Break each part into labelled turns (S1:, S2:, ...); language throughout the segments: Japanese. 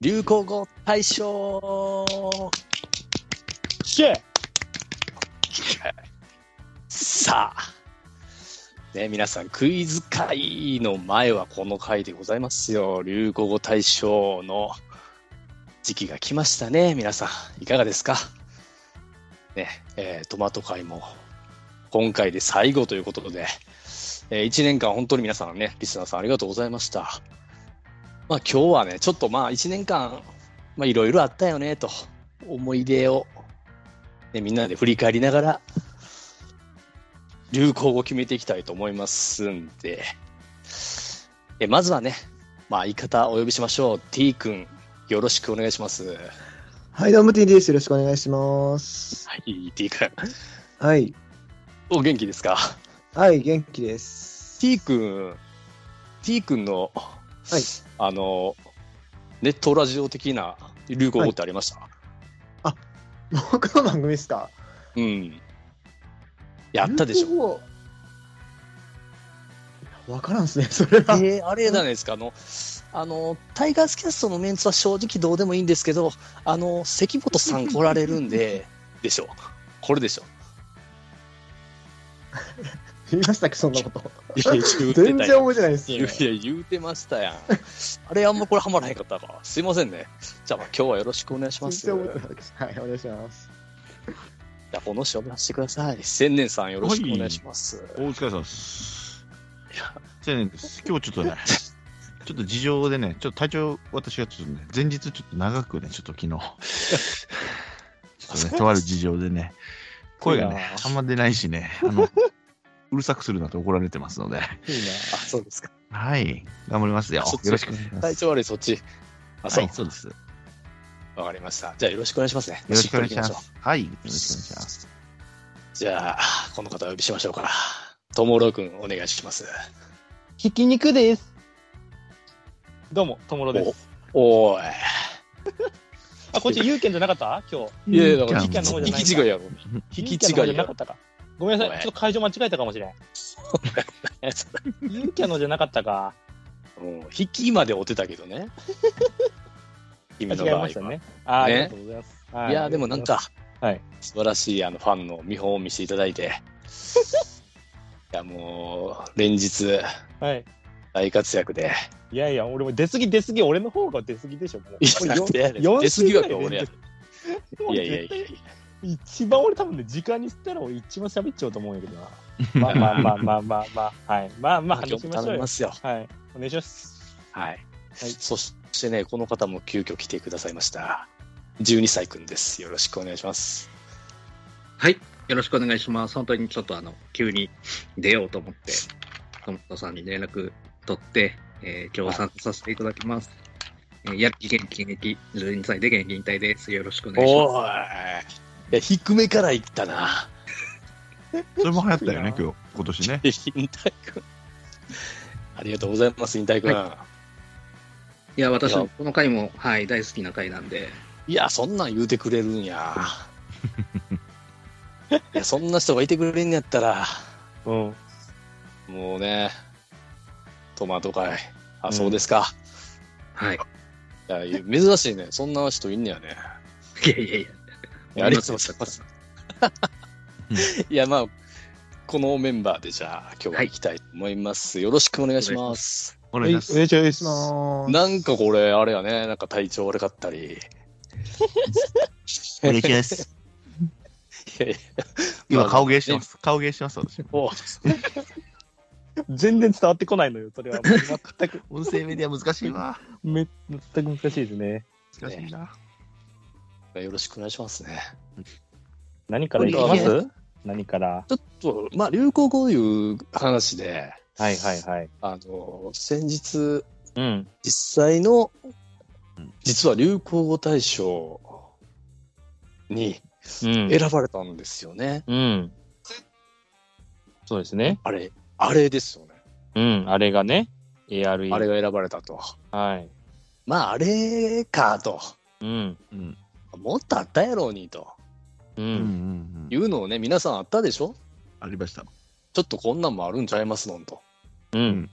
S1: 流行語大賞
S2: シェ
S1: さあ、ね、皆さん、クイズ会の前はこの回でございますよ。流行語大賞の時期が来ましたね。皆さん、いかがですかね、えートマト会も今回で最後ということで、え1年間本当に皆さんね、リスナーさんありがとうございました。まあ今日はね、ちょっとまあ1年間、まあいろいろあったよねと、思い出を、ね、みんなで振り返りながら、流行語を決めていきたいと思いますんで、えまずはね、まあ、相方お呼びしましょう。T 君、よろしくお願いします。
S3: はい、どうも T です。よろしくお願いします。
S1: はい、T 君。
S3: はい。
S1: お元気ですか
S3: はい、元気です。
S1: ?T 君、T 君の、
S3: はい
S1: あの、ネットラジオ的な流行語ってありました、
S3: 僕の番組ですか
S1: うん。やったでしょ。
S3: ょわからんっすね、それは。
S1: えーあれじゃないですか、あの、あの、タイガースキャストのメンツは正直どうでもいいんですけど、あの、関本さん来られるんで、でしょ。これで しょ。
S3: 言いましたっけ、そんなこと。
S1: いや言うて
S3: 全
S1: た
S3: 然
S1: やん
S3: 覚えてないです
S1: い
S3: よ、
S1: や
S3: ね。
S1: いや、言うてましたやん。 あれ、あんまこれハマらへんかったか。すいませんね。じゃあ、まあ今日はよろしくお願いし
S3: 全
S1: ます。じ
S3: 然覚えて
S1: ゃ
S3: ないです。はい、お願いします。
S1: あ、この人呼ばせてください。千年さん、よろしくお願いします。
S2: お疲れ様です。じゃあね、今日ちょっと ね、ちょっと事情でね、ちょっと体調、私がちょっとね、前日ちょっと長くね、ちょっと昨日、ちょっとね、とある事情でね、声がね、あんま出ないしね、あ の、うるさくするなと怒られてますので、
S3: いい
S1: あ、そうですか。
S2: はい、頑張りますよ。
S1: そっち
S2: よろしくお願いします。
S1: 体調悪い、そっち。あ、そう
S2: はい、。そうです。よ
S1: わかりました。じゃあ、よろしくお願いしますね。よ
S2: ろしくお願いしま
S1: ょう
S2: す。はい、よろしくお願いします。
S1: じゃあ、この方お呼びしましょうか。ともろくん、お願いします。
S4: ひき肉です。
S5: どうも、ともろです。
S1: おー
S5: あ、こっち、ゆうけんじゃなかった今日。
S1: い。いや、だから、
S2: ひきちゃんの方じ
S1: 引
S2: ゃない
S1: き違いやろ。引き違
S5: ゆうけんの方
S1: い
S5: じゃ
S1: や
S5: なか
S1: ろ
S5: っ。たか。ごめんなさ
S1: おい
S5: い、ちょっと会場間違えたかもしれん。ゆうけんのじゃなかったか。
S1: うん引きまで追ってたけどね。
S5: あ
S1: 君の
S5: 違い
S1: 場合は
S5: ましたね。あーあ
S1: ね
S5: りがとうございます。はい
S1: や、でもなん。か、
S5: はい
S1: 素晴らしいあのファンの見本を見せていただいて、 いや、もう、連日、
S5: はい。
S1: 大活躍で、
S5: いやいや、俺も出過ぎ出過ぎ、俺の方が出過ぎでしょ、もう。
S1: いや、なんでやねん
S5: 四
S1: 出過ぎは
S5: 四週ぐ
S1: 俺
S5: ら
S1: や
S5: い
S1: でいやいやいやいや、
S5: 一番俺多分ね、時間にしたら俺一番喋っちゃうと思うんやけどな。まあまあまあまあまあまあ、はい。ま あまあ、
S1: 今
S5: 話
S1: 日
S5: し
S1: も
S5: ましょ
S1: 頼
S5: う
S1: み
S5: よ
S1: ま。すよ。
S5: はい。お願いします。
S1: はい。そしてね、この方も急遽来てくださいました。12歳くんです。よろしくお願いします。
S6: はい、よろしくお願いします。本当にちょっとあの、急に出ようと思って、友田さんに連絡取って、えー、今日参加させていただきます。えー、やる気元気元気、12歳で元気引退です。よろしくお願いします。
S1: おい。いや、低めからいったな。
S2: それも流行ったよね、今日、今年ね。
S1: 引退くん。ありがとうございます、引退くん。
S6: いや、私
S1: い
S6: も
S1: や
S6: この回も、はい、大好きな回なんで、
S1: い、や、そんなん言うてくれるんや。いや、そんな人がいてくれんのやったら、
S5: うん。
S1: もうね、トマトかい。あ、そうですか。
S6: はい。
S1: いや、珍しいね。そんな人いんねやね。
S6: いやいやい
S1: いや
S6: や。
S1: ありがとうございます。 いや、まあ、このメンバーでじゃあ、今日は行きたいと思います。よろしくお願いします。
S2: お
S5: お
S2: 願いしま
S5: し
S2: す。
S5: ます
S3: ま
S1: なんかこれ、あれやね、なんか体調悪かったり。
S2: お願いします。
S1: いやいや
S2: 今、顔芸してます。顔芸してます、私。
S1: お
S5: 全然伝わってこないのよ、それは。全く、
S2: 音声メディア難しいわ。
S5: め全く難しいですね。
S2: 難しいな。
S1: よろしくお願いしますね。
S5: 何からいきます何から。
S1: ちょっと、まあ、流行語いう話で、
S5: はいはいはい。
S1: あの、先日、
S5: うん。
S1: 実際の
S2: うん、
S1: 実は流行語大賞に
S5: うん。
S1: 選ばれたんですよね。
S5: うん。そうですね。
S1: あれ、あれですよね。
S5: うん。あれがね、ARE。
S1: あれが選ばれたと。
S5: はい。
S1: まあ、あれかと。
S5: うん。
S2: うん。
S1: もっとあったやろうにと。
S5: う
S2: うんうん
S5: ん。
S2: う
S1: い
S2: ん。
S1: うのをね、皆さんあったでしょ
S2: ありました。
S1: ちょっとこんなんもあるんちゃいますのんと。
S5: うん。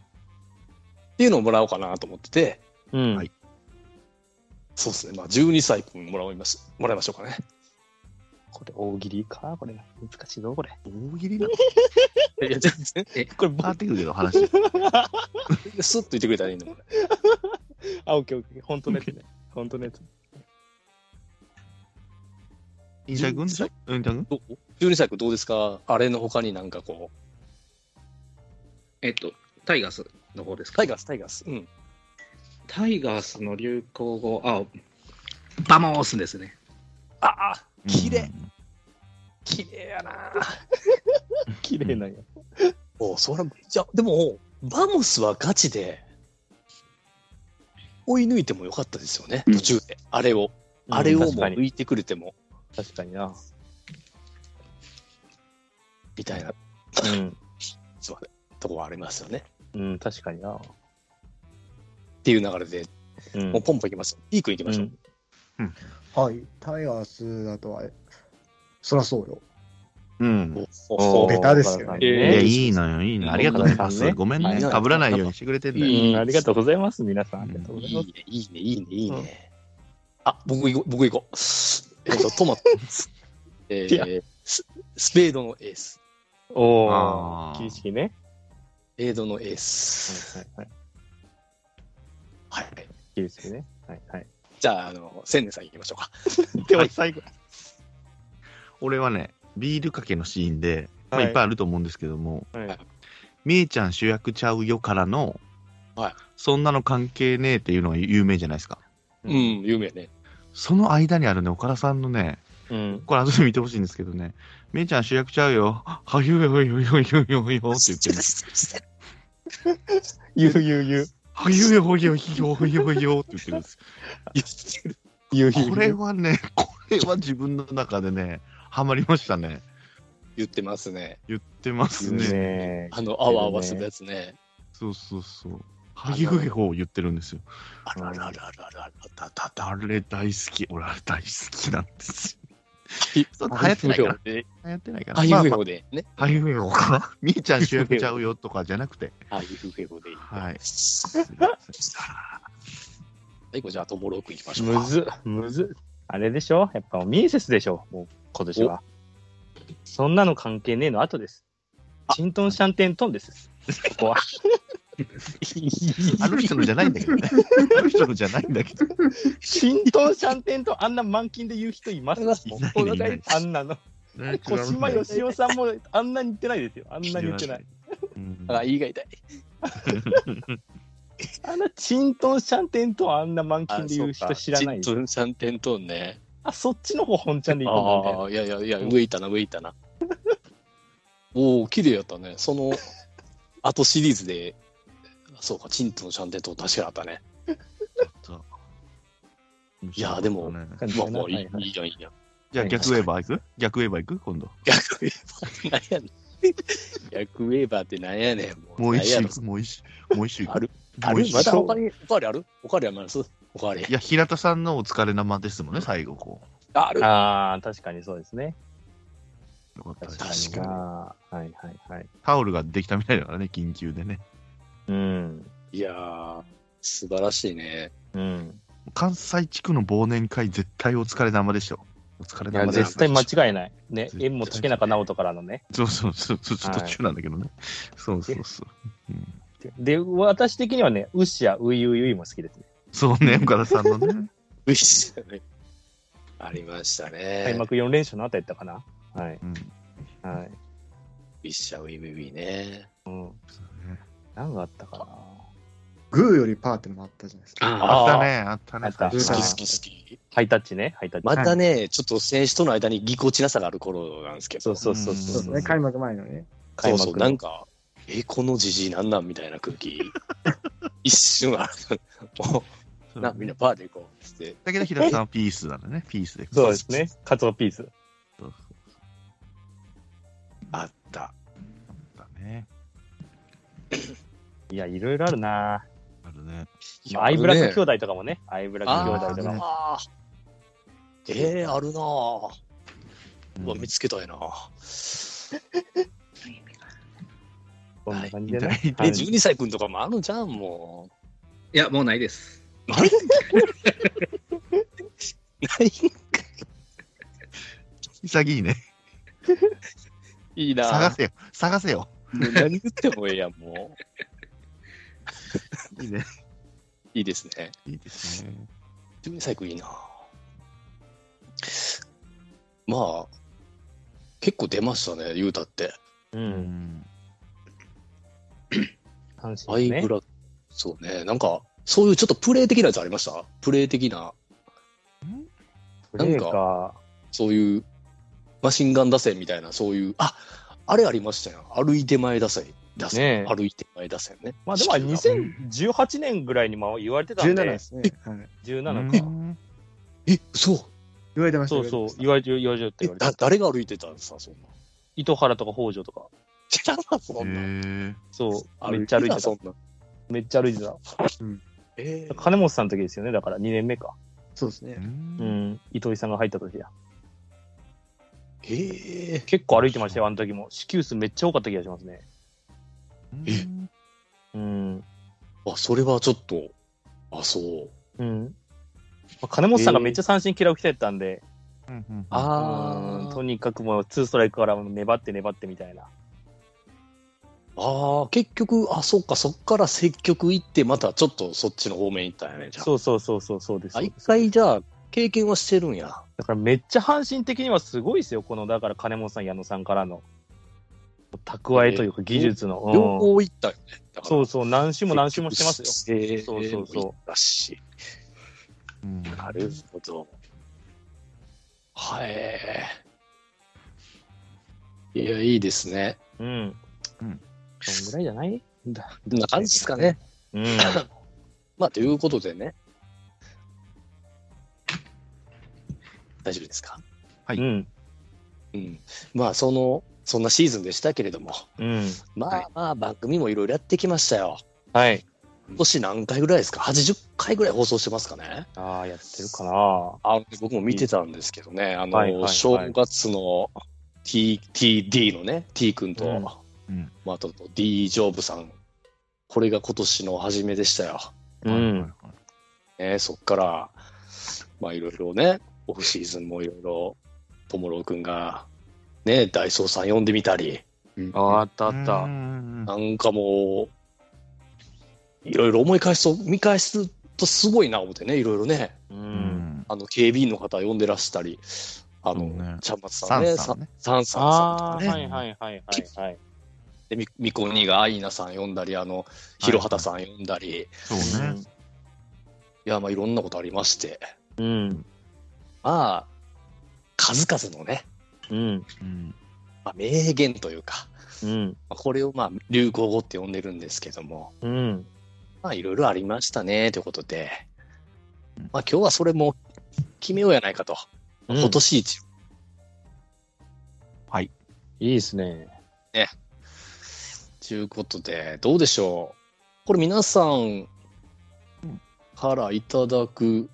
S1: っていうのをもらおうかなと思ってて、
S5: うん。
S2: はい
S1: そうですね。まあ、12歳分もらいまし、もらいましょうかね。
S5: これ大喜利かこれ難しいぞこれ
S2: 大喜利なの
S1: いや、全然、
S5: これ僕
S2: 変わ
S5: あ
S2: ってくるけど、話。
S1: スッと言ってくれたらいいのもね。
S5: オッケーオッケー本当のやつね本当のやつ
S2: インタ君でしょインタ君
S1: どう12歳分どうですかあれの他になんかこう、
S6: えっと、タイガースの方ですか
S1: タイガース、タイガース。うん。
S6: タイガースの流行語、あ、バモースですね。
S1: ああ、綺麗、
S2: うん
S1: 綺麗やな。
S5: 綺麗なんや
S1: おそらいや、でも、バモスはガチで、追い抜いてもよかったですよね、
S6: うん
S1: 途中で。あれを、あれをもう
S5: 確か
S1: 抜
S5: に
S1: いてくれても、
S5: 確かにな
S1: みたいな
S5: うん
S1: そうねとこはありますよね。
S5: うん確かにな
S1: っていう流れで、
S5: うん
S1: もうポンポンいきますよ。ピークいきましょう。
S5: うん
S3: はい。タイガースだとは、そらそうよ。
S2: うん。
S1: お
S5: お
S1: お
S5: ー
S3: ベタですよね
S5: 岡田さん
S2: い
S1: えー
S2: や、いいのよ、いいのよ。ありがとうございます。ごめん
S1: はい
S2: ね。かぶらないようにしてくれてんだよ。
S1: いい
S5: うんありがとうございます、皆さん。ありがとうござい
S1: い
S5: ま
S1: い
S5: す。
S1: ね、いいね、いいね、いいね。あ、僕行こう、僕行こう。えっと、ト マト。え
S5: いや
S1: ー、ススペードのエース。
S5: お
S2: あー
S5: ー、厳しいね。
S1: スペードのエース。
S5: はいはいはい
S1: はい。
S5: 厳しいね。はいはい。
S1: じゃあ、あの、千年さん行きましょうか。
S5: では最後。
S2: 俺はね、ビールかけのシーンで、まあ、
S5: はい
S2: いっぱいあると思うんですけども、
S5: はい
S2: みえちゃん主役ちゃうよからの、
S1: はい
S2: そんなの関係ねえっていうのが有名じゃないですか。
S1: うん、有名ね。
S2: その間にあるね、岡田さんのね、
S5: うん。
S2: これ後で見てほしいんですけどね、みえちゃん主役ちゃうよ、はゆよよよよよよよって言ってる。
S5: ゆうゆうゆう。
S2: はゆよよよよよよって言ってるんです。
S5: ゆうゆうゆう。
S2: これはね、これは自分の中でね、ハマりましたね。
S1: 言ってますね。
S2: 言ってます
S5: ね
S2: ね。
S5: え。
S1: あの、あわあわするやつね。
S2: そうそうそう。はぎふげほを言ってるんですよ。
S1: あるあるあるあるあるある。あったあったあっ
S2: あれ大好き。俺あれ大好きなんですよ。
S1: た。
S2: 流行ってないから。
S1: で。
S2: 流行ってないから。
S1: あいうふう
S2: まあま
S1: ごでね。
S2: あはぎふげほか な。みーちゃん主役ちゃうよとかじゃなくて。
S1: あいうふうごでいい。
S2: はい。
S1: 最後、じゃあ、トモロークいきましょうか。
S5: むず、むず。あれでしょやっぱミーセスでしょもう今年は。そんなの関係ねえの後です。チントンシャンテントンです。こ こは。
S2: あの人のじゃないんだけど ね。あの人のじゃないんだけど。
S5: チントンシャンテントンあんな満金で言う人います
S2: いないねいない
S5: あんなの。あれ小島よしおさんもあんなに言ってないですよ。あんなに言ってない。
S2: うん
S1: あ、胃が痛い。
S5: あのチントンシャンテンとあんな満
S1: あ
S5: 金で言う人知らない
S1: チントンシャンテントンね。
S5: あそっちの方本ちゃんでいくんだね
S1: ああ、いやいやいや、上いたな、上いたな。おお、綺麗やったね。その、あとシリーズで、そうか、チントンシャンテントン確かにあったね。いやでも
S2: ね
S5: 感じ
S1: ま
S5: か
S1: あ
S5: な
S1: まあ、いい
S5: はいはい
S1: いいやん、いいやん。
S2: じゃあ逆ウェーバー行く逆ウェーバー行く今度。
S1: 逆ウェーバーって何やねん。逆ウェーバーって何やねん。
S2: もう一
S1: 何やろ
S2: 周行く、もう一周。もう一周行く
S1: あるあ
S2: もう
S1: る
S2: 一周
S1: まだおかわり、おかわりあるおかわりありますおかわり
S2: い。や、平田さんのお疲れ生ですもんね、最後こ
S1: ある
S5: ああ確かにそうですね。
S2: う。よかったで
S5: 確
S2: す
S5: かにな。はいはいはい。
S2: タオルができたみたいだからね、緊急でね。
S5: うん。
S1: いやー、素晴らしいね。
S5: うん。
S2: 関西地区の忘年会、絶対お疲れ様でしょ。お疲れ
S5: いや
S2: 様です。
S5: 絶対間違いない。ね
S2: 絶対
S5: 縁も竹中直人からのね。
S2: そうそうそう、そうちょっと途中なんだけどね。そうそうそう。
S5: で私的にはねウッシャウイウイウイも好きですね。
S2: そうね、岡田さんのね。
S1: ウィッシュねありましたね。
S5: 開幕4連勝の後やったかな。はい
S2: うん。
S5: はい。
S1: ウィッシャーウィウィウィね。
S5: うん。何があったかな。
S3: グーよりパーってのもあったじゃないですか。
S6: あ
S2: あ
S1: あ
S2: っ
S1: ー
S2: たね、あったね。
S5: あった
S1: 好き
S5: はい
S1: 好き好き。
S5: ハイタッチねハイタッチ。
S1: またね、ちょっと選手との間にぎこちなさがある頃なんですけど、
S5: そうそうそ
S3: そ
S5: う
S3: うです
S5: そう。
S3: ね。開幕前のね。
S1: そ
S5: 開
S1: う
S5: 幕
S1: そ
S5: の
S1: う、なんか、え、このじじいなんなんみたいな空 気、一瞬ある。も、
S2: そうう
S1: な、みんなパーで行こうっつって。
S2: だけど平田さんはピースだね、ピースで。
S5: そうですね。カツオピース。
S2: そうそ
S1: あった。
S2: うだね。
S5: いや、いろいろあるな
S2: あるね。
S5: まあアイブラック兄
S1: 弟
S5: 弟とかもね、アイブラック兄弟とかも。
S1: あーえー、あるなぁ。うわ、見つけたいなぁ。
S5: こんな感じ
S2: みた
S5: でね。
S2: い
S1: え、12歳くんとかもあるじゃん、も
S6: いや、もうないです。
S1: う。あれ
S2: 潔いね。
S1: いいな
S2: 探せよ。探せよ。
S1: もう何言ってもええやん、もう。
S2: いいね。
S1: いいですね。
S2: いいですね。
S1: ジムサイクいいなまあ、結構出ましたね、ユータって。
S5: う。
S2: うんん。
S5: 阪
S1: ア
S5: 神
S1: イ
S5: ね
S1: ブ。ラ、そうね、なんか、そういうちょっとプレイ的なやつありましたプレイ的な、
S5: プレーか。
S1: そういう、マシンガン打線みたいな、そういう、ああれありましたよ。歩いて前打線。打線、
S5: ねえ
S1: 歩いて前打線ね。
S5: まあでも
S1: 地球が
S5: 2018年ぐらいにまあ言われてたん
S3: 17
S5: で。
S3: ですね。はい。
S5: 17か。
S1: え、嘘
S3: 言われてました
S5: そう
S3: 言わ
S5: そう
S3: れてまし、た
S5: 言われてる、言われてるって
S1: え
S5: 言われ
S1: だ
S5: てる。
S1: 誰が歩いてたんですか、そんな。
S5: 糸原とか北条とか。
S1: 知らんわ、そ
S2: へ
S1: んな。
S2: え。
S5: そう、めっちゃ歩いて
S1: そ
S5: た
S1: ん。な。
S5: めっちゃ歩いてた。
S1: えー
S5: 金本さんの時ですよね、だから2年目か。
S3: そうですね
S2: う。ん
S5: うん、糸井さんが入った時や。
S1: えー
S5: 結構歩いてましたよ、あの時も。支給数めっちゃ多かった気がしますね。
S1: え
S5: うん。
S1: あ、それはちょっと、あ、そう。
S5: うん。まあ金本さんがめっちゃ三振嫌う人やったんで、
S2: うんうん
S5: うん
S1: と
S5: とにかくもう2ストライクからもう粘って粘ってみたいな。
S1: あー、結局、あ、そっか、そっから積極行って、またちょっとそっちの方面行ったんやね、じゃあ。
S5: そうそうそうそうそうです。
S1: あ、一回じゃあ、経験はしてるんや。
S5: だからめっちゃ阪神的にはすごいですよ、このだから金本さん、矢野さんからの蓄えというか、技術の。うん
S1: 両方行ったんやね。だから
S5: そうそう、何種も何種もしてますよ。
S1: よ
S5: そうそうそう
S1: だし。
S2: うん
S1: なるほど。はい。いや、いいですね。
S5: うん。
S2: うん
S5: そんぐらいじゃないだ。
S1: こんな感じですかね。
S5: うん。
S1: まあ、ということでね。大丈夫ですか
S5: うん。
S1: うん。まあ、その、そんなシーズンでしたけれども、
S5: うん。
S1: ま
S6: はい
S1: あまあ、番組もいろいろやってきましたよ。
S5: はい。
S1: 今年何回ぐらいですか ?80 回ぐらい放送してますかね
S5: ああ、やってるかな。
S1: あ僕も見てたんですけどね、あの、
S5: はいはいはい
S1: 正月の T TD のね、T 君と、
S5: うん
S2: うん
S1: まあ、あと D ・ジョブさん、これが今年の初めでしたよ。
S5: う
S2: はいはい
S5: ん。
S2: はい
S1: ね、そっから、まあいろいろね、オフシーズンもいろいろ、ともろうくんが、ね、ダイソーさん呼んでみたり、
S6: うん
S5: ああ、あったあっ
S2: う
S5: た。
S2: ん
S1: なんかもう、いろいろ思い返すと、見返すとすごいな、思ってね、いろいろね、
S5: う。
S2: うんん。
S1: あの、警備員の方呼んでらしたり、あの、
S2: そうね
S1: ちゃんまつさ
S2: サ
S1: んね、
S2: ン
S1: さ
S2: さんね。
S1: サンサンさんと
S5: あ
S1: か
S5: あ、
S1: ね。
S5: はいはいはいはいはい。
S1: で、みみこにがアイナさん呼んだり、あの、ひろはたさん呼んだり、い、
S2: そうね。
S1: や、まあ、いろんなことありまして、
S5: うん。
S1: まあ、数々のね、
S5: うん。
S2: うん
S1: まあ、名言というか、
S5: うん。
S1: まあこれをまあ、流行語って呼んでるんですけども、
S5: うん。
S1: まあ、いろいろありましたね、ということで、まあ、今日はそれも決めようやないかと、
S5: うん
S1: 今年一、
S5: いいですね。
S1: ということで、どうでしょう。これ、皆さんからいただく、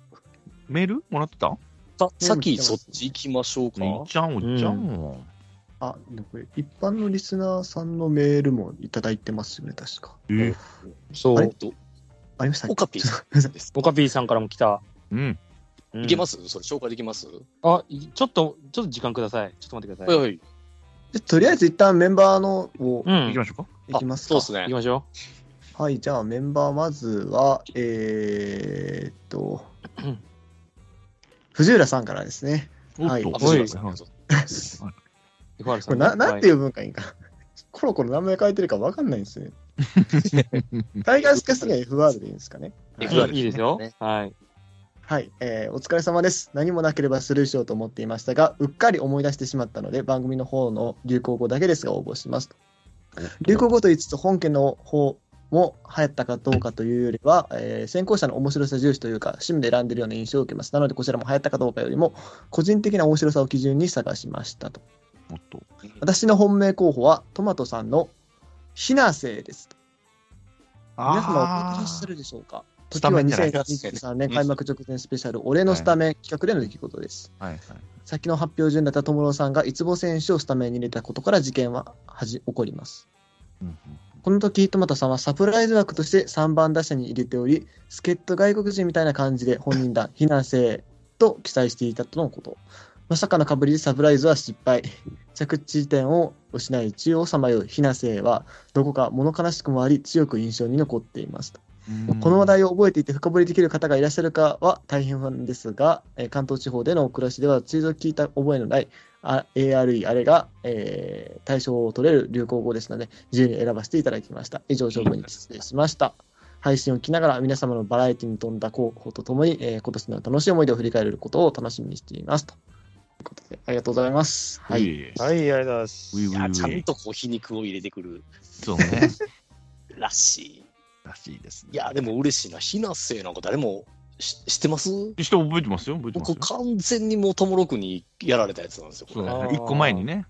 S2: メールもらってた
S1: さ先そっち行きましょうか。
S2: おっちゃん、おっちゃんも。
S3: あ、でもこれ、一般のリスナーさんのメールもいただいてますよね、確か。
S2: え
S5: そ
S1: あれ
S5: う。
S1: ど
S3: ありましたっけ
S1: オカピーさんです。
S5: オカピーさんからも来た。
S2: うん。
S5: うん
S1: いけますそれ紹介できます
S5: あ、いちょっと、ちょっと時間ください。ちょっと待ってください。
S1: はい。
S3: でとりあえず一旦メンバーのを
S5: う
S2: 行
S5: ん。
S2: き
S5: 行
S2: ましょうか。
S3: いきます
S1: そうで
S3: か。
S1: すね
S5: き。ましょ
S3: はい、じゃあメンバーまずは、えー、っと
S5: うん、
S3: 藤浦さんからですね。はい
S2: おっ
S1: あ
S2: と
S1: 藤
S5: 藤
S1: 浦
S5: 浦
S1: さ
S5: さ。
S1: ん
S2: はい
S5: FR さ
S3: こ
S5: ん
S3: れな、
S5: ね。
S3: なんて呼ぶんかいいんか。 コロコロ名前書いてるかわかんないんですね。タイガースキャストには FR でいいんですかね。
S5: はい
S1: FR
S5: いいですよ。はい。
S3: はい、えーお疲れ様です。何もなければスルーしようと思っていましたが、うっかり思い出してしまったので、番組の方の流行語だけですが応募しますと。流行語と言いつつ、本家の方も流行ったかどうかというよりは、えー先行者の面白さ重視というか、趣味で選んでるような印象を受けます。なので、こちらも流行ったかどうかよりも、個人的な面白さを基準に探しましたと。
S2: おっと。
S3: 私の本命候補は、トマトさんのひなせいです。皆様覚えてらっしゃるでしょうか時
S2: スタ
S3: は
S2: メンじゃない
S3: 2023年開幕直前スペシャル、俺のスタメン企画での出来事です。
S2: はいはい。
S3: 先の発表順だった友野さんが、いつぼ選手をスタメンに入れたことから事件ははじ起こります。
S2: うん
S3: この時、トマトさんはサプライズ枠として3番打者に入れており、助っ人外国人みたいな感じで本人だ、非難性と記載していたとのこと。まさかの被りでサプライズは失敗。着地点を失い中央をさまようひなせいは、どこか物悲しくもあり、強く印象に残っていました。この話題を覚えていて深掘りできる方がいらっしゃるかは大変不安ですが、えー関東地方での暮らしでは、追悼聞いた覚えのないあ ARE、あれが、えー対象を取れる流行語ですので、自由に選ばせていただきました。以上、勝負に失礼しました。配信を聞きながら皆様のバラエティに富んだ候補とともに、えー今年の楽しい思い出を振り返ることを楽しみにしています。ということで、ありがとうございます。は。
S2: はいい。
S5: はい、ありがとうございます。
S2: ういう
S1: いや、ちゃんとこう皮肉を入れてくる
S2: そうね。
S1: らしい。
S2: らしいですね。
S1: いや、でも嬉しいな。ひなせいなんか誰もし知ってます
S2: 人覚えてますよ、覚えてます
S1: 僕、
S2: よ。
S1: 完全にもともろくにやられたやつなんですよ、こ
S2: そう
S1: れ。
S2: だ
S5: あ
S2: ね。
S5: ー
S2: 一個前にね。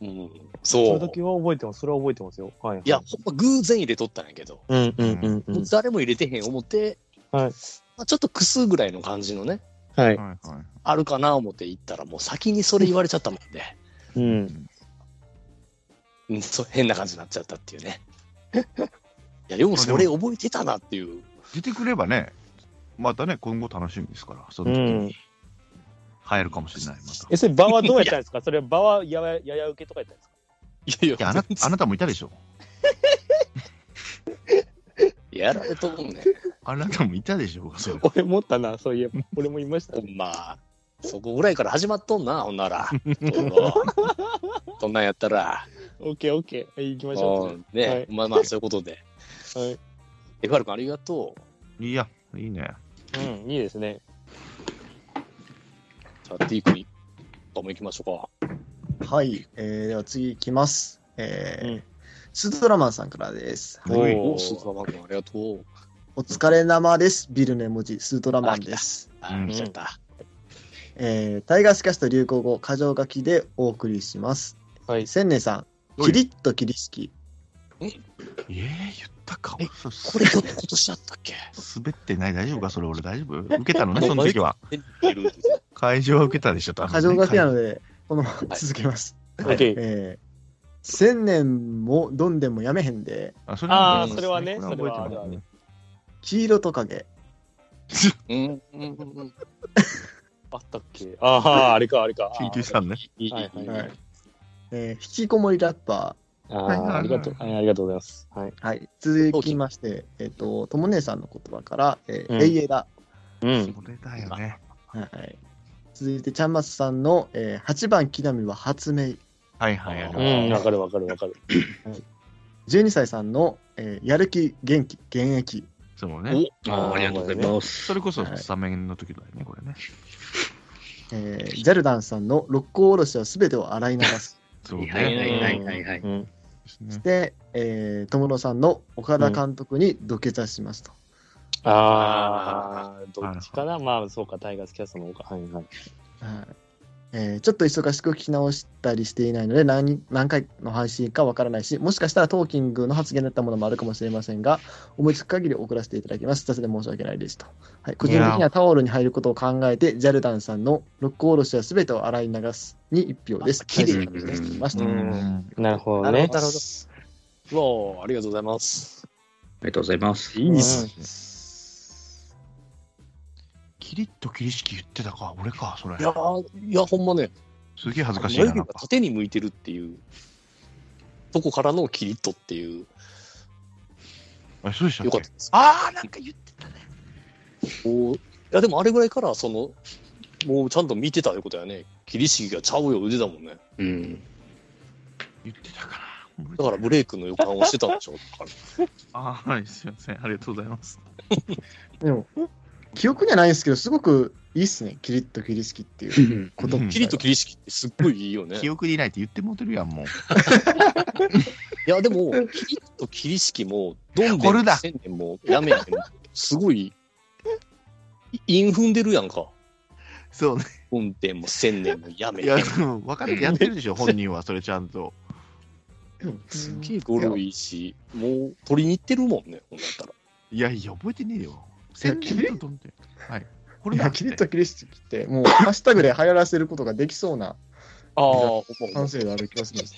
S1: うん、
S5: そ
S1: そ
S5: の
S1: う。
S5: 時は覚えてます。それは覚えてますよ。はい、
S1: いや、ほんま偶然入れとったんやけど、
S5: うんうん
S2: うん
S5: う
S1: もう誰も入れてへん思って、
S5: はい
S1: まあ、ちょっとくすぐらいの感じのね、
S5: はい。
S2: はいは
S1: あるかな思って行ったら、もう先にそれ言われちゃったもんで、
S5: うん。
S1: うん、そう変な感じになっちゃったっていうね。いや、ようそれ覚えてたなっていう。
S2: い。出てくればね、またね、今後楽しみですから、そうの時
S5: ん
S2: に。入るかもしれない、また。
S5: え、それ場はどうやったんですかそれ場はやややや受けとかやったんですか
S1: いやい
S2: いやあな、あなたもいたでしょ。
S1: やられとるね。
S2: あなたもいたでしょうが、それ
S5: 俺持ったな、そういえば。 俺もいました
S1: ほ。んま、そこぐらいから始まっとんな、ほんなら。どうぞそんなんやったら。
S5: オッケーオッケー。はい、行きましょ
S1: うんね、
S5: はい
S1: まあまあ、そういうことで。
S5: う。はい。
S1: エファル君、ありがとう。
S2: いや、いいね。
S5: うん、いいですね。
S1: じゃあ、T 君、どうも行きましょうか。
S3: はい。えーでは次いきます。えー
S5: うん
S3: スードラマンさんからです。
S2: おー
S1: おお、スーパーマン君、ありがとう。
S3: お疲れ生です。ビルの絵文字、スードラマンです。
S1: あ、
S2: うん
S1: 見ちゃった。
S3: えータイガースキャスト流行語、過剰書きでお送りします。
S5: はい。
S3: 千年さん、
S2: はい
S3: キリッとキリ式。
S2: えー、言ったか
S1: え。
S2: そう
S1: これ、今年だったっけ
S2: 滑ってない大丈夫かそれ俺大丈夫受けたのね、その時は。
S1: いる
S2: 会場は受けたでしょ、多分、ね。
S3: 過剰書きなの
S2: で。
S3: で、このまま
S1: はい
S3: 続けます。
S5: オッケー。
S3: えー千年もどんでもやめへんで、
S2: あ、そ
S5: あーそれはね
S2: こ覚えて
S5: それはあるあ
S2: ますね
S5: る
S3: 黄色トカゲ、
S1: うん、うん、うん。
S5: あったっけああ、あれか、あれか。
S2: 緊急さんね。
S1: いい
S5: はいはい
S3: はいえー引きこもりラッパ
S5: あ
S2: はいはいはい
S5: あ、ありがとう。はいありがとうございます。はい。
S3: ー、はい、続きまして、えっ、と、ともねさんの言葉から、えー
S5: うん
S3: エイエラ、
S5: うん。
S2: それだよね。
S3: はい、続いて、ちゃんまつさんの、えー、8番木並は発明、
S2: はいはいはい。
S5: うん、わかるわかるわかる。
S3: 12歳さんの、えーやる気、元気、現役、
S2: そうね。
S6: あーありがとうございます。
S2: それこそ
S3: はい
S2: スタメンの時だよね、これね。
S3: えージャルダンさんの六甲おろしはすべてを洗い流す、
S2: そうね。
S6: はいはいはいはいはい
S5: うん。
S2: ね
S3: で、えー、友野さんの岡田監督に土下座しますと。
S5: ああ、どっちかなまあ、そうか、タイガースキャストの方か。はいはい。
S3: はいえーちょっと忙しく聞き直したりしていないので何何回の配信かわからないしもしかしたらトーキングの発言だったものもあるかもしれませんが思いつく限り送らせていただきますさせで申し訳ないですと、はい、個人的にはタオルに入ることを考えてジャルダンさんの「六甲おろしはすべてを洗い流す」に一票です
S1: あ綺麗
S3: 大丈夫ですお願いします
S2: う
S3: と
S2: ん。
S5: なるほど
S1: なる
S5: ね
S1: ほ。ど、なるほど。わあ、ありがとうございます。
S6: ありがとうございます。
S1: いい
S5: っ
S1: す
S2: すキリッとキリ式言ってたか、俺か、それ
S1: い。やー、いや、ほんまね、
S2: すげえ恥ずかしい
S1: 眉
S2: な。
S1: 毛
S2: なん
S1: が
S2: か
S1: 縦に向いてるっていう、とこからのキリッとっていう、
S2: あそうでした
S1: よ
S2: っ
S1: か
S2: け
S1: ったです。
S2: あー、なんか言ってたね。
S1: こういや、でもあれぐらいから、その、もうちゃんと見てたいうことやね。キリシギがちゃうよ、腕だもんね。
S6: うん。
S2: 言ってたかな。
S1: だからブレイクの予感をしてたんでしょうから。
S2: あーはい、すいません。ありがとうございます。
S3: でも記憶にはないんですけどすごくいいっすねキリッとキリ式っていうこと
S2: うん
S1: キリッとキリシギってすっごいいいよね。
S2: 記憶にないって言ってもうてるやん、もう。
S1: いや、でも、キリッとキリシギも、どん
S2: こ
S1: ど
S2: れ
S1: ん
S2: だ
S1: 千年もやめへん。すごい、イン踏んでるやんか。
S2: そうね。
S1: 運転も千年もやめ
S2: いや、
S1: て。
S2: でも分かるやってるでしょ、本人は、それちゃんと。
S1: すげえゴロいいし、もう取りに行ってるもんね、ほんだったら。
S2: いや いや、覚えてねえよ。千年とと思って。はい。これ
S3: いや
S2: だ。
S3: キリッとキリ式ってもうハッシュタグで流行らせることができそうな
S1: ああ、ほんまほん
S3: 感性がある気がするんです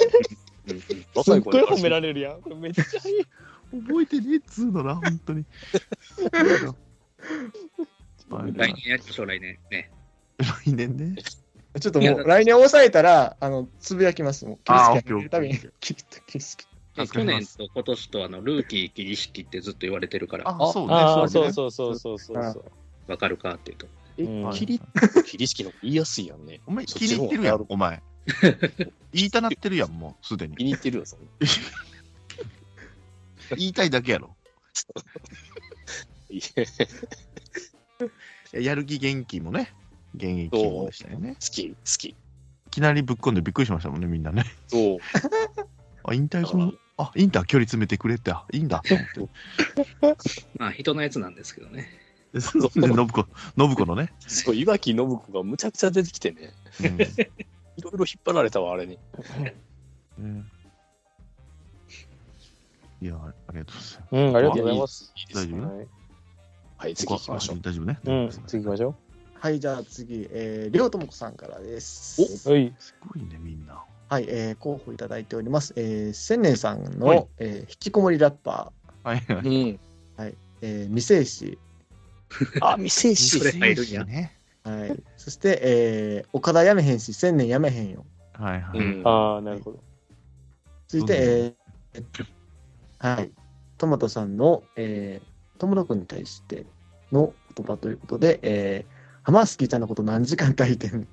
S1: ま。
S5: すっごい
S1: から
S5: 褒められるやん。これめっちゃいい。
S2: 覚えてねえっつうのな、本 当に。
S6: 来年やりましょう、来年。ね。
S2: 来年ね。
S3: ちょっともう来年抑えたら、あの、つぶやきますもん。
S2: あー
S3: キリスキ上げるたびに、キリスキ。
S6: で
S2: 助か
S6: 去
S2: りま
S6: 年
S2: す
S6: と今年とあのルーキー切り式ってずっと言われてるから、
S2: あ、そうね。
S5: ああ、
S2: そ
S5: そうう
S2: ね
S5: そうそうそうそうそう。
S6: わかるかっていうと。
S1: え、
S5: うん
S1: キリ、キリ式の方が言いやすいやんね。
S2: お前、
S1: そっ
S2: 気
S1: ち
S2: に
S1: の
S2: 入
S1: 方
S2: ってるやん、お 前。言いたなってるやん、もう、すでに
S1: 気。に入ってるよ、そんな。
S2: 言いたいだけやろ。
S1: いえ
S2: いややる気元気もね、現役もでしたよね。
S1: 好き、好き。
S2: いきなりぶっ込んでびっくりしましたもんね、みんなね。
S1: そう。
S2: あ、引退この、あ、インター距離詰めてくれって、あ、いいんだ。
S6: まあ人のやつなんですけどね。
S2: で、そで信子、信子のね。
S1: そう、岩木信子がむちゃくちゃ出てきてね。
S2: うん
S1: いろいろ引っ張られたわ、あれに。
S2: うんいや、ありがとうございます。
S5: うん、ありがとうございます。
S1: いいです
S2: 大
S1: ね。
S2: 丈夫
S5: はい
S1: はい、次行きましょう。
S2: 大丈夫ね。
S5: うん、
S2: す
S5: 次行きましょ
S3: はい、じゃあ次、えー、りょうともこさんからです。
S5: う。はい。
S2: ごいね、みんな。
S3: はい、えー、候補いただいております。えー、千年さんの、
S2: はい
S3: えー引きこもりラッパ
S2: はいは
S1: う
S2: い。
S1: ん。
S3: ー、えー、未成子、
S1: あ、未成
S6: そ
S1: 子。
S6: れ入るんや
S2: ね。
S3: はい、そして、えー、岡田やめへんし、千年やめへんよ。
S2: はいは
S1: う
S2: い。
S1: ん。
S5: ああ、なるほど。
S3: 続いて、えーはい、トマトさんの、えー、友野くんに対しての言葉ということで、えー、浜好きちゃんのこと何時間書いてんの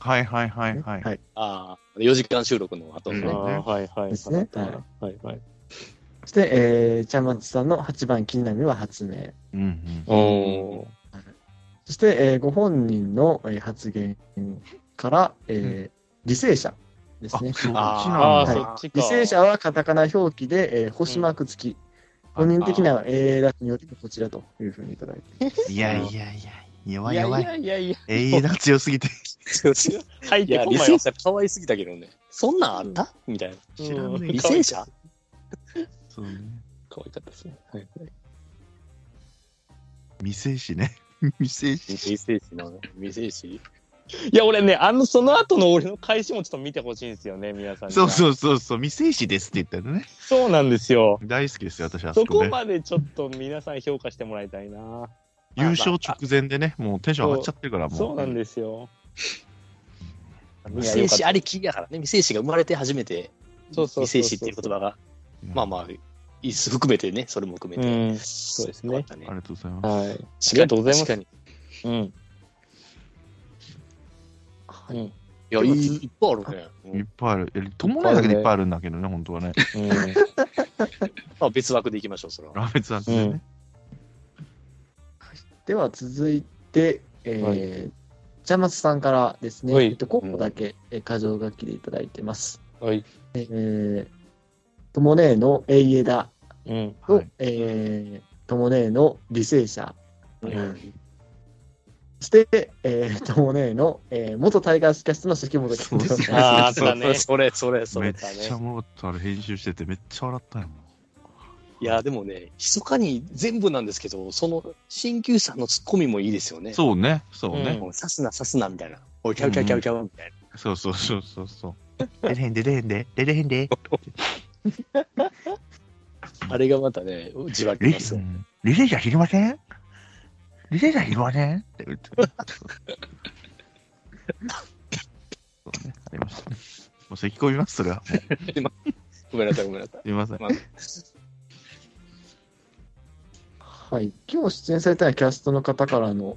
S2: はいはいはいはい。
S3: はい
S1: ああ、4時間収録の後
S2: う
S5: あ
S2: ん
S1: ね。
S5: あ、はいはい。
S3: ですね
S5: はいはいはい。
S3: そして、えー、ちゃんまつさんの8番気になるは発明。
S2: うんうん。
S1: おー
S3: そして、えーご本人の、えー発言から、えー、履正社で
S2: あ、
S3: す
S2: そ
S3: ね
S2: っ。ち
S5: あ
S2: な
S5: あ、
S2: ん
S5: そ
S2: だ。
S5: っちか。
S3: 履正社はカタカナ表記で、えー星マーク付き。本人的な英楽によりもこちらというふうにいただいて。
S2: いやいやいや、弱
S5: い
S2: い
S5: やい
S2: 弱い。
S5: やいやいや。
S2: ええ、強すぎて。
S1: 強すぎる
S5: 入 っ
S1: い
S5: て
S1: や、
S5: こ
S1: 履
S5: ない
S1: 正。
S5: よ
S1: 社可愛すぎたけどね。そんなんあったみたいな。
S2: 知らんね
S1: 履正社
S2: そうね。
S1: 可愛かったですね。はい。
S2: 未成子ね。 未成子。
S1: 未成子のね、未成子。
S5: いや、俺ね、あの、その後の俺の返しもちょっと見てほしいんですよね、皆さんには。
S2: そうそ
S5: う。
S2: うそうそう、未成子ですって言ったのね。
S5: そうなんですよ。
S2: 大好きですよ、私は。あ
S5: そ
S2: こ
S5: こ
S2: ね
S5: までちょっと皆さん評価してもらいたいな。
S2: 優勝直前でね、もうテンション上がっちゃってるから、もう。
S5: そうなんですよ。
S1: 未成子ありきやからね、未成子が生まれて初めて、
S5: そうそうそうそう
S1: 未成子っていう言葉が、
S2: うん
S1: まあまあ、いつ含めてね、それも含めて。
S5: うんそうですね
S1: よかった
S2: ありがとうございます。
S5: はい。ありがとうございます
S1: 確かに。
S5: うん。
S3: は
S5: う
S3: い
S5: ん。
S1: いや、いいいっぱいあるねう
S2: いっ
S1: ん。
S2: ぱいある。え友達だけでいっぱいあるんだけどね、本当はね。
S1: まあ、別枠でいきましょう、それは。
S2: ラーメンさんってね。
S3: では続いて、えー
S5: はい
S3: ちゃんまつさんからですね、
S5: はい
S3: えっと、候補だけ、えー、箇条書きでいただいてます。
S5: はい。
S3: えー、ともねえの永遠だ
S5: うん。
S3: と、
S2: はい
S3: えー、ともねえの履正社、
S5: うん
S1: うん
S3: そして、えー、ともねえの、えー、元タイガースキャストの関本健太郎
S2: そう
S3: さん。
S5: あ あ、あった
S1: そう
S5: ね。
S1: それ、それ、そ
S2: め
S1: れ
S2: っ。ちゃおもろかったあれ編集しててめっちゃ笑ったよ。
S1: いや、でもね、密かに全部なんですけど、その、鍼灸師さんのツッコミもいいですよね。
S2: そうね、そう
S5: うん
S2: ね。
S1: もう刺すな、刺すな、みたいな。おい、キャウキャウキャウキャウ、みたいな。
S2: そうそうそうそう そう。出れへんで出れへんで出れへんで。
S1: あれがまたね、じわき
S2: リ
S1: ますよ。
S2: リレーじゃ知りませんリレーじゃ知りませんって言って。そうね、ありましたね。もう咳込みます、それは。もう
S1: ごめんなさい、ごめんなさい。
S2: すいません。
S3: はい。今日出演されたキャストの方からの、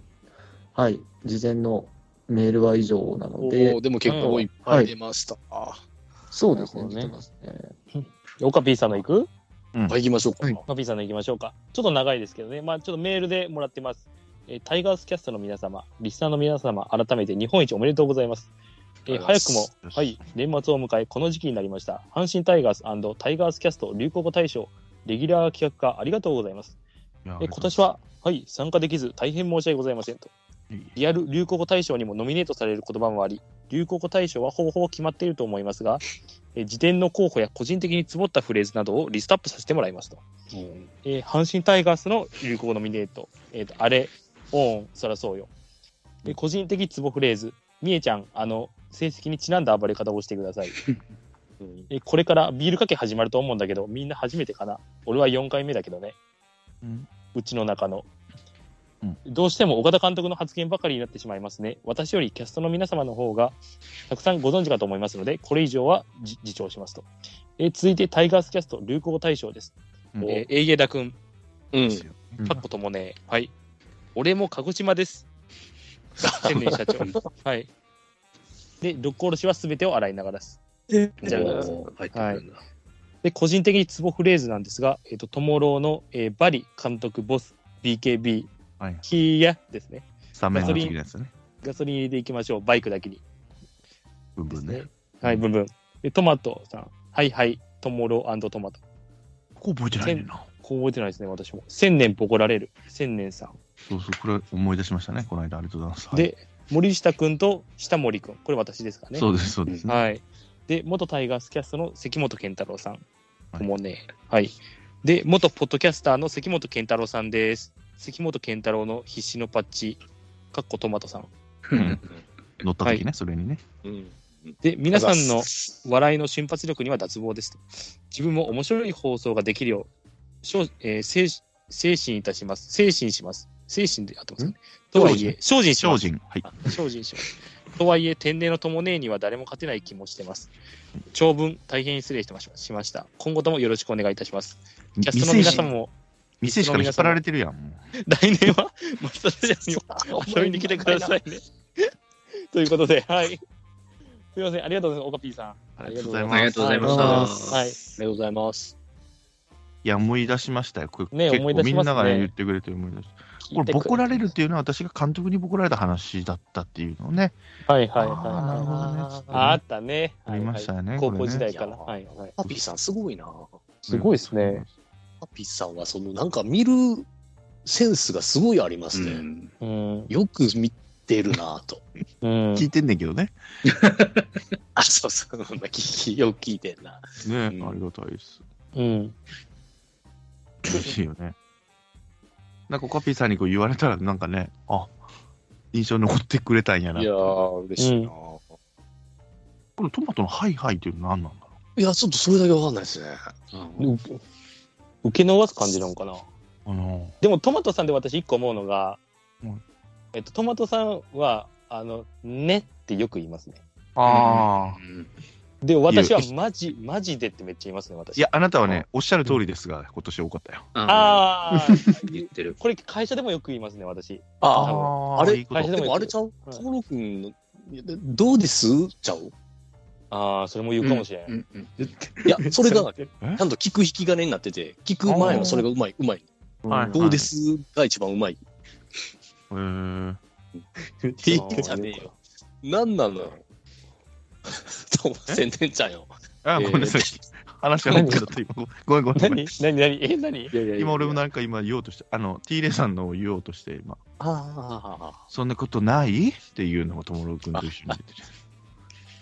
S3: はい、事前のメールは以上なの
S1: お
S3: で
S1: お、でも結構いっぱい出ました。あ
S3: そうですね、
S5: な
S3: 出
S5: るほどね
S3: てますね。
S5: 岡 P さんの行く
S1: はい、行きましょうか。
S3: はい
S5: のびさんの行きましょうか。ちょっと長いですけどね、まあ、ちょっとメールでもらってます。えータイガースキャストの皆様、リスナーの皆様、改めて日本一おめでとうございます。えー
S1: ありがとうございま
S5: 早
S1: す
S5: くも、はい、年末を迎え、この時期になりました。阪神タイガースタイガースキャスト流行語大賞、レギュラー企画課、ありがとうございます。
S2: いや
S5: えー今年は、はい、参加できず、大変申し訳ございませんと。リアル流行語大賞にもノミネートされる言葉もあり、流行語大賞はほぼほぼ決まっていると思いますが、えー辞典の候補や個人的につぼったフレーズなどをリストアップさせてもらいますと。えー阪神タイガースの流行ノミネート、えーとあれ、オーン、そらそうよ。で個人的ツボフレーズ、みえちゃん、あの、成績にちなんだ暴れ方をしてください。
S1: うん
S5: えーこれからビールかけ始まると思うんだけど、みんな初めてかな。俺は4回目だけどね。
S2: うん
S5: うちの中の。
S2: うん
S5: どうしても岡田監督の発言ばかりになってしまいますね。私よりキャストの皆様の方がたくさんご存知かと思いますので、これ以上はじ自重しますと。えー続いてタイガースキャスト流行語大賞です。
S2: うん
S5: えー、エイゲダ君、
S1: うん
S2: ですようん
S5: パッコともね、はい。俺も鹿児島です。千年社長。 はい。で、六甲おろしは全てを洗い流す。じゃあ
S6: 入ってくるんだ。
S5: で、個人的にツボフレーズなんですが、えっ、と、トモローの、えーバリ監督ボス BKB、
S2: はい。
S5: キーヤですね。
S2: スタメンの時のやつね。
S5: ガソリン入れていきましょう、バイクだけに。
S2: 部分ね。
S5: はい、ブンブン。で、トマトさん、はいはい、トモロートマト。
S2: ここ覚えてないねんな。
S5: こう覚えてないですね、私も。千年ボコられる、千年さん。
S2: そうそう、これ思い出しましたね。この間、ありがとうございます。はい
S5: で、森下くんと下森くん。これ私ですかね。
S2: そうです、そうですね。
S5: はい。で、元タイガースキャストの関本健太郎さん
S2: はい
S5: もね、はい。で、元ポッドキャスターの関本健太郎さんです。関本健太郎の必死のパッチ、かっこトマトさん。
S2: うん乗った時ね、それにね。
S6: うん
S5: で、皆さんの 笑いの瞬発力には脱帽ですと。自分も面白い放送ができるよう、精、えー精精神いたします。精神します。精神で合ってますかね。とはいえ、精進しま
S2: 精
S5: す。
S2: 進。はい。
S5: 精進します。とはいえ、天然の友ねえには誰も勝てない気もしてます。長文、大変失礼してまししました。今後ともよろしくお願いいたします。キャストの
S2: 未
S5: 皆
S2: 成
S5: さん
S2: 年
S5: も、
S2: 未成年から引っ張られてるやん。もう
S5: 来年は、松田さんに遊びに来てくださいね。ということで、はい。すいません、ありがとうございます、オカピーさん。
S2: ありがとうございます。
S6: ありがとうございま
S3: ありがとうございま
S6: した。
S5: はい。
S1: りがとうございます。
S2: いや、思い出しましたよ。これ
S5: ね
S2: 結
S5: 思い
S2: 構
S5: 出
S2: み
S5: し
S2: ん
S5: ますね
S2: なが言ってくれて思い出しこれ、ボコられるっていうのは、私が監督にボコられた話だったっていうのをね、
S5: はいはい
S2: あーなるほどね
S5: はい。ああったね。
S2: ありましたよね。
S5: 高
S2: こ
S5: 校
S2: れね
S5: 時代から。
S1: これ
S5: はいはい。
S1: パピーさんすごいな。
S5: すごいですね。
S1: パピーさんはそのなんか見るセンスがすごいありますね。
S6: うん
S5: うん。
S1: よく見てるなぁと。
S5: うん
S2: 聞いてんねんけどね。
S1: あ、そうそう、まあ聞きよく聞いてんな。
S2: ね、
S1: うん
S2: ありがたいです。
S5: うん。
S2: 嬉しいよね。 なんか、カピーさんにこう言われたら、なんかね、あ印象に残ってくれたんやな。
S1: いやー、嬉しいな、ぁ
S2: このトマトのハイハイっていうの何なんだろ
S1: いや、ちょっとそれだけわかんないですね。
S5: う受け逃す感じなのかな。
S2: うあの
S5: でもトマトさんで私一個思うのが
S2: うん、
S5: えっと、トマトさんは、あの、ねってよく言いますね。
S2: ああ。
S5: で、私は
S2: 言
S5: マジ、マジでってめっちゃ言いますね、私。
S2: いや、、あなたはね、おっしゃる通りですが、今年多かったよ。
S6: あ
S5: あ
S6: あ、
S5: あ、
S6: 言ってる。
S5: これ会社でもよく言いますね、私。
S1: あ
S5: ー
S1: あれ
S2: いいこと
S5: 会社
S1: でもあれちゃう
S5: はい
S1: 小野くんの、いやどうですちゃう
S5: ああ、それも言うかもしれ
S6: う
S5: ない。
S6: んうん
S1: い や、それが、ち
S2: え
S1: ゃんと聞く引き金になってて、聞く前はそれがうまい、うまい。
S2: はいはい
S1: どうですが一番うまい。
S2: へー
S1: いいじゃねえよ。なんなのよ。そう、宣伝ちゃんよ。
S2: あ、ごめんなさい。話が変わっちゃった今。ごめんごめんごめ
S5: 何
S2: ん。
S5: 何何え、何
S1: いやいや
S2: 今俺もなんか今言おうとして、あの、T レさんのを言おうとして、今、
S1: あああ
S2: そんなことないっていうのも友郎君と一緒に出てる。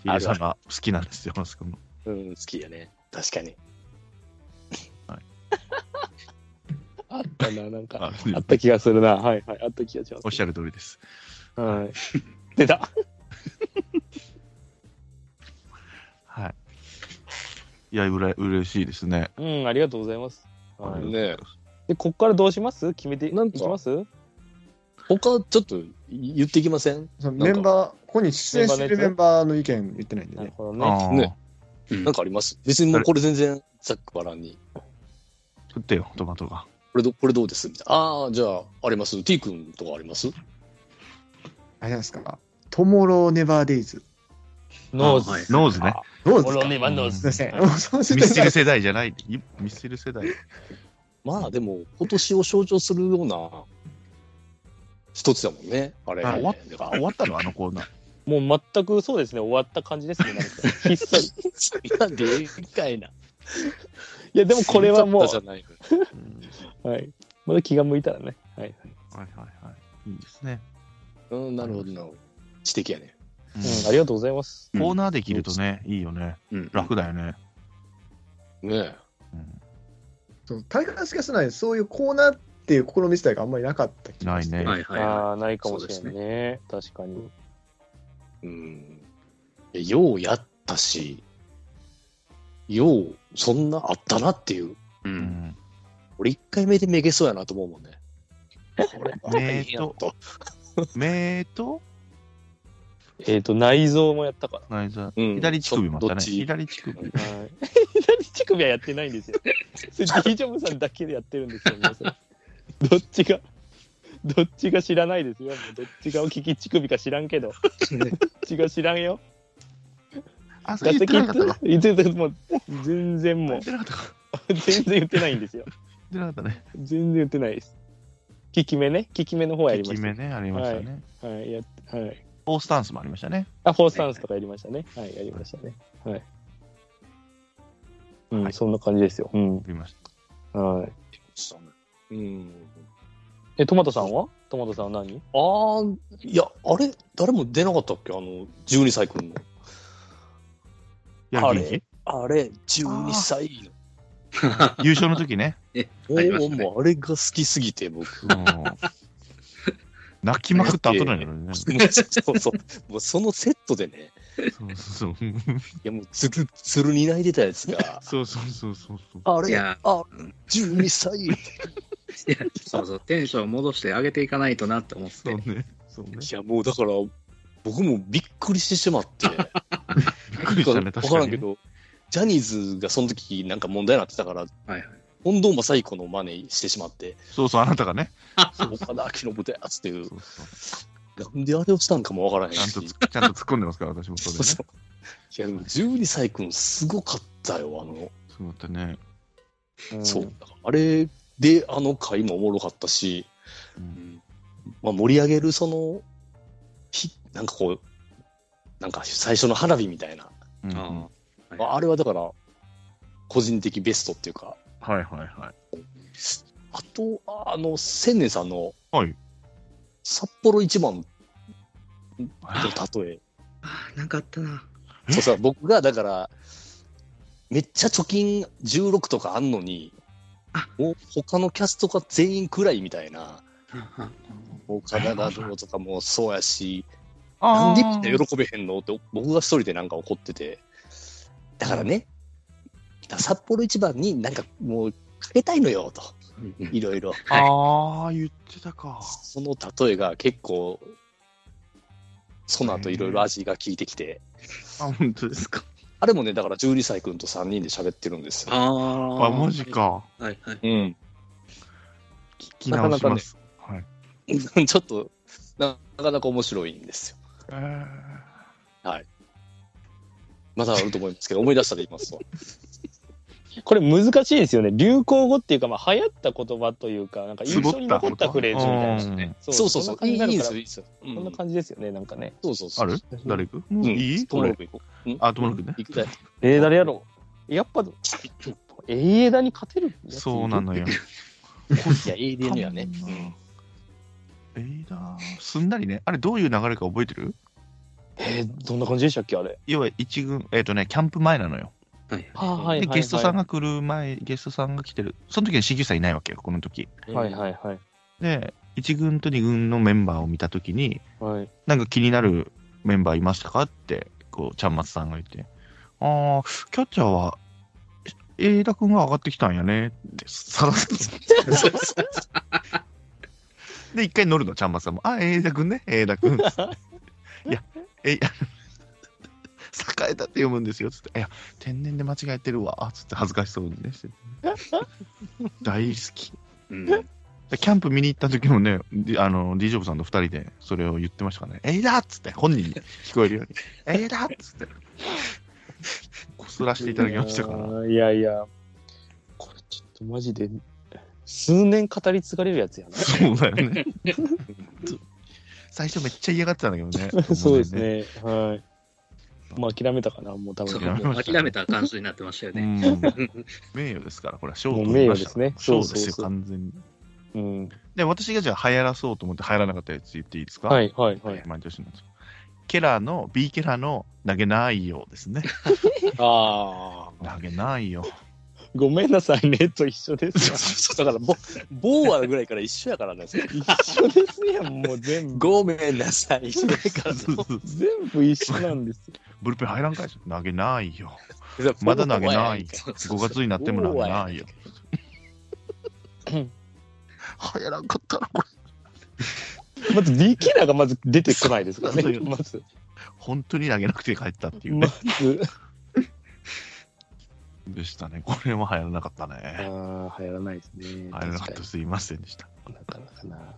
S2: T
S1: あ
S2: レさんが好きなんですよ、あそこの。
S1: あ、うん、好きやね。確かに。
S5: あったな、なんか。
S2: あ
S5: あった気がするな。はいはい。あった気がします。
S2: おっしゃる通りです。
S5: はい。出た。
S2: はい。いや、うれ嬉しいですね。
S5: うん、ありがとうございます。はい
S2: うん
S1: ね
S5: で、こっからどうします決めていき
S1: なんか
S5: ます
S1: 他ちょっと言ってきません
S3: その
S1: なん
S3: メ
S1: か
S3: ンバー、ここに出演してるメンバーの意見言ってないんで
S5: なる
S3: ね。
S5: ほど
S2: あ
S5: ね。
S2: あー、
S1: ね
S6: うん
S1: なんかあります別にもうこれ全然ざっくばらんに。
S2: 食ってよ、トマトが。
S1: これどこれどうですみたいな。ああ、じゃあ、あります。T 君とかあります
S3: あれなんですか。トモローネバーデイズ。
S5: ノー
S6: あは
S5: ズ
S6: い。
S2: ノーズね。
S3: どうです
S5: モ
S3: か
S5: ロネバノー
S3: すいま
S5: ズ。
S3: せん。もうその世
S2: ミスチ
S3: 代
S2: ル世代じゃない。いミスチル世代。
S1: まあでも、今年を象徴するような一つだもんね。あれ。
S2: あ終わっ
S1: だ
S2: あ
S1: から
S2: 終わったのあのコーナー。
S5: もう全くそうですね。終わった感じですね。なんか ひ っそり。い
S1: そんなんでか いな。
S5: や、でもこれはも
S1: じゃないのよ
S5: う、はい。まだ気が向いたらね。はい。
S2: はいはいはい。いいですね。
S1: うん、なるほどなるほど。知的やね。
S2: うん
S5: うん、ありがとうございます。
S2: コーナーできるとね、いいよね。
S6: うん
S2: 楽だよね。
S1: ね
S2: うん
S3: そうタイガースキャスト内でそういうコーナーっていう試み自体があんまりなかった気がして
S2: ないね
S6: はいはいは
S5: ああ、ないかもしれないね。確かに。
S1: え。うん。いやようやったし、よう、そんなあったなっていう。
S6: い。う。
S2: うんん
S1: 俺一回目でめげそうやなと思うもんね。これは大変やと。
S2: 目と
S5: えっと、内臓もやったか
S2: 内臓。
S1: うん
S2: 左乳首もあった
S1: どっ
S2: ね。
S1: ち
S2: 左乳首。
S5: ら。はい。 左乳首はやってないんですよ。それ、ディジョブさんだけでやってるんですよ、皆さん。どっちが、どっちが知らないですよ。もうどっちがお聞き乳首か知らんけど、どっ ちが知らんよ。
S2: あ、そ
S5: 打
S2: れ言
S5: 席
S2: ってなかったか。
S5: 言ってたもう全然も
S2: 言
S5: う
S2: ってなかったか。
S5: 全然言ってないんですよ
S2: 言ってなかったね。
S5: 全然言ってないです効き目ね効き目の方はやりま
S2: 決
S5: し
S2: めね、ありましたね。
S5: たはいやはい
S2: オースタンスもありましたね。
S5: あフォースタンスとかやりましたねはいやりましたねはいう
S2: は
S5: ん
S2: い
S5: そんな感じですようん
S2: ありました。
S5: はい
S1: うん。
S5: えトマトさんはトマトさんは何
S1: あー、いや、あれ、誰も出なかったっけあの、12歳くんの。
S2: やる気
S1: あれ、12歳の。
S2: 優勝の時ね。
S6: ありま
S1: も
S6: し
S1: う、
S6: たね
S1: もうあれが好きすぎて、僕。
S2: うん泣きまくった後な のにね。
S1: もうそうそう。もうそのセットでね、
S2: そうそう
S1: いやもうつるつるに泣いてたやつが、
S2: そうそうそうそうそう。
S1: あ
S6: い
S1: れ、
S6: や、
S1: あ、12歳。い
S6: いやそうそう、テンション戻して上げていかないとなって思っ
S2: そ
S6: て
S2: う、ね。そうね。
S1: や、もうだから、僕もびっくりしてしま って。
S2: びっくりしたね、
S1: わ
S2: 確
S1: か
S2: から
S1: んけ
S2: にね。
S1: ど、ジャニーズがその時なんか問題になってたから、
S6: はい
S1: 近藤正彦の真似してしまって、
S2: そうそう、あなたがね。
S1: 岡田明信だやつっていう
S2: そ、うそう
S1: なんであれをしたんかもわからへん
S2: ちゃん
S1: し
S2: と、つ、ちゃんと突っ込んでますから、私もそれ
S1: そう
S2: ね。
S1: そういやでも12歳くん、すごかったよ、あの、
S2: そうだったね。
S1: そう、あれであの回もおもろかったし、
S2: うん
S1: まあ、盛り上げる、その、ひなんかこう、なんか最初の花火みたいな、
S2: うん
S6: あ
S1: まああれはだから、個人的ベストっていうか、
S2: はいはいはい。
S1: あと、あの、千年さんの、
S2: はい
S1: 札幌一番の例え。
S6: あ、なんかあったな。
S1: そうさ、僕がだから、めっちゃ貯金16とかあんのに
S6: あ、
S1: もう他のキャストが全員くらいみたいな、
S6: あ
S1: もうカナダドロとかもそうやし、な
S2: あ
S1: んでみん
S2: ー
S1: な喜べへんのって僕が一人でなんか怒ってて。だからね、だから札幌一番になんかもうかけたいのよと、いろいろ。
S2: あー、言ってたか。
S1: その例えが結構、その後いろいろ味が効いてきて、
S2: あ、本当ですか。
S1: あれもね、だから12歳くんと3人で喋ってるんですよ。
S6: あ
S2: あ、マジ。か。
S6: はいはい。
S1: うん。
S2: 聞き直します。はい。
S1: ちょっと、なかなか面白いんですよ。
S2: えー
S1: まだあると思いますけど、思い出したら言いますわ。
S5: これ難しいですよね流行語っていうか、まあ、流行った言葉というかなんか印象に残ったフレーズみたい
S2: うん
S5: な
S1: そうそうそう。いいいい
S5: んな感
S1: ん
S5: じに
S1: ですよ、
S5: なるから
S1: いいですよ。う
S5: こんなん感じですよねなんかね
S1: そうそうそ
S2: あ
S1: う。
S2: る誰行くも
S1: う
S2: うんいい
S1: トモロ
S2: 俺。
S1: ク行こ
S2: あ、友達ね。
S1: う。行きたい。
S5: えー、誰やろうやっぱ、え枝に勝てるやつ
S2: そうなのよ。
S1: いや、ADN はね。うん
S2: えいだ。すんなりね。あれ、どういう流れか覚えてる
S5: えー、どんな感じでしたっけあれ。
S2: 要は一軍、えっ、とね、キャンプ前なのよ。
S5: は
S1: はい
S2: で、ゲストさんが来る前、ゲストさんが来てる。その時は新旧さんいないわけよ、この時。
S5: はいはいはい。
S2: で、一軍と二軍のメンバーを見た時に、
S5: はい、
S2: なんか気になるメンバーいましたかって、こう、ちゃんまつさんが言って、ああ、キャッチャーは、え田君が上がってきたんやねって、さらっと。で、一回乗るの、ちゃんまつさんも。あ、え田君ね、え田君。いや、えい、栄えたって読むんですよ、つって。いや、天然で間違えてるわ、つって恥ずかしそうにね、して大好き。
S6: うん。
S2: でキャンプ見に行った時もね、ディあの、D ジョブさんと二人でそれを言ってましたからね。えいだっつって、本人に聞こえる ように。えいだっつって。こすらしていただきましたから。
S5: ら。いやいや、これちょっとマジで、数年語り継がれるやつやな。
S2: そうだよね。最初めっちゃ嫌がってたんだけ どね。
S5: そうです。ね。はい。まあ諦めたかな、もう多
S6: そう
S5: 分。
S2: やめましたね
S6: 諦めた感じになってましたよ
S2: う
S6: ね。
S2: ん。名誉ですから、これは賞
S5: もう
S2: 取
S5: 名
S2: りま
S5: 誉
S2: し
S5: で
S2: た
S5: す
S2: から。賞で
S5: ね。
S2: すよ、
S5: そうそう
S2: 完全に。
S5: そう。うん、
S2: で、私がじゃあ流行らそうと思って流行らなかったやつ言っていいですか
S5: はいはいはい。
S2: 毎年なんですよ。ケラーの、B ケラーの投げないようですね。
S1: ああ。
S2: 投げない よ。
S5: ごめんなさいねと一緒ですよ。
S1: だから、ぼボーアぐらいから一緒やからね。
S5: 一緒ですやん、もう全部。
S1: ごめんなさい。一緒や から
S2: そうそうそう
S5: 全部一緒なんですよ。
S2: ブルペン入らんかい投げないよ。まだ投げない。5月になっても投げないよ。流行らんかったな、これ。
S5: まず、リキラがまず出てこないですから
S2: そう
S5: ね。
S2: そう
S5: まず、
S2: 本当に投げなくて帰ったっていう
S5: ま
S2: ね。
S5: ず、
S2: でしたね。これも流行らなかった
S5: あ
S2: ね。
S5: あ、流行らないですね。
S2: 流行らなかっ
S5: 確
S2: た。すいませんでした。
S5: かになかなかな。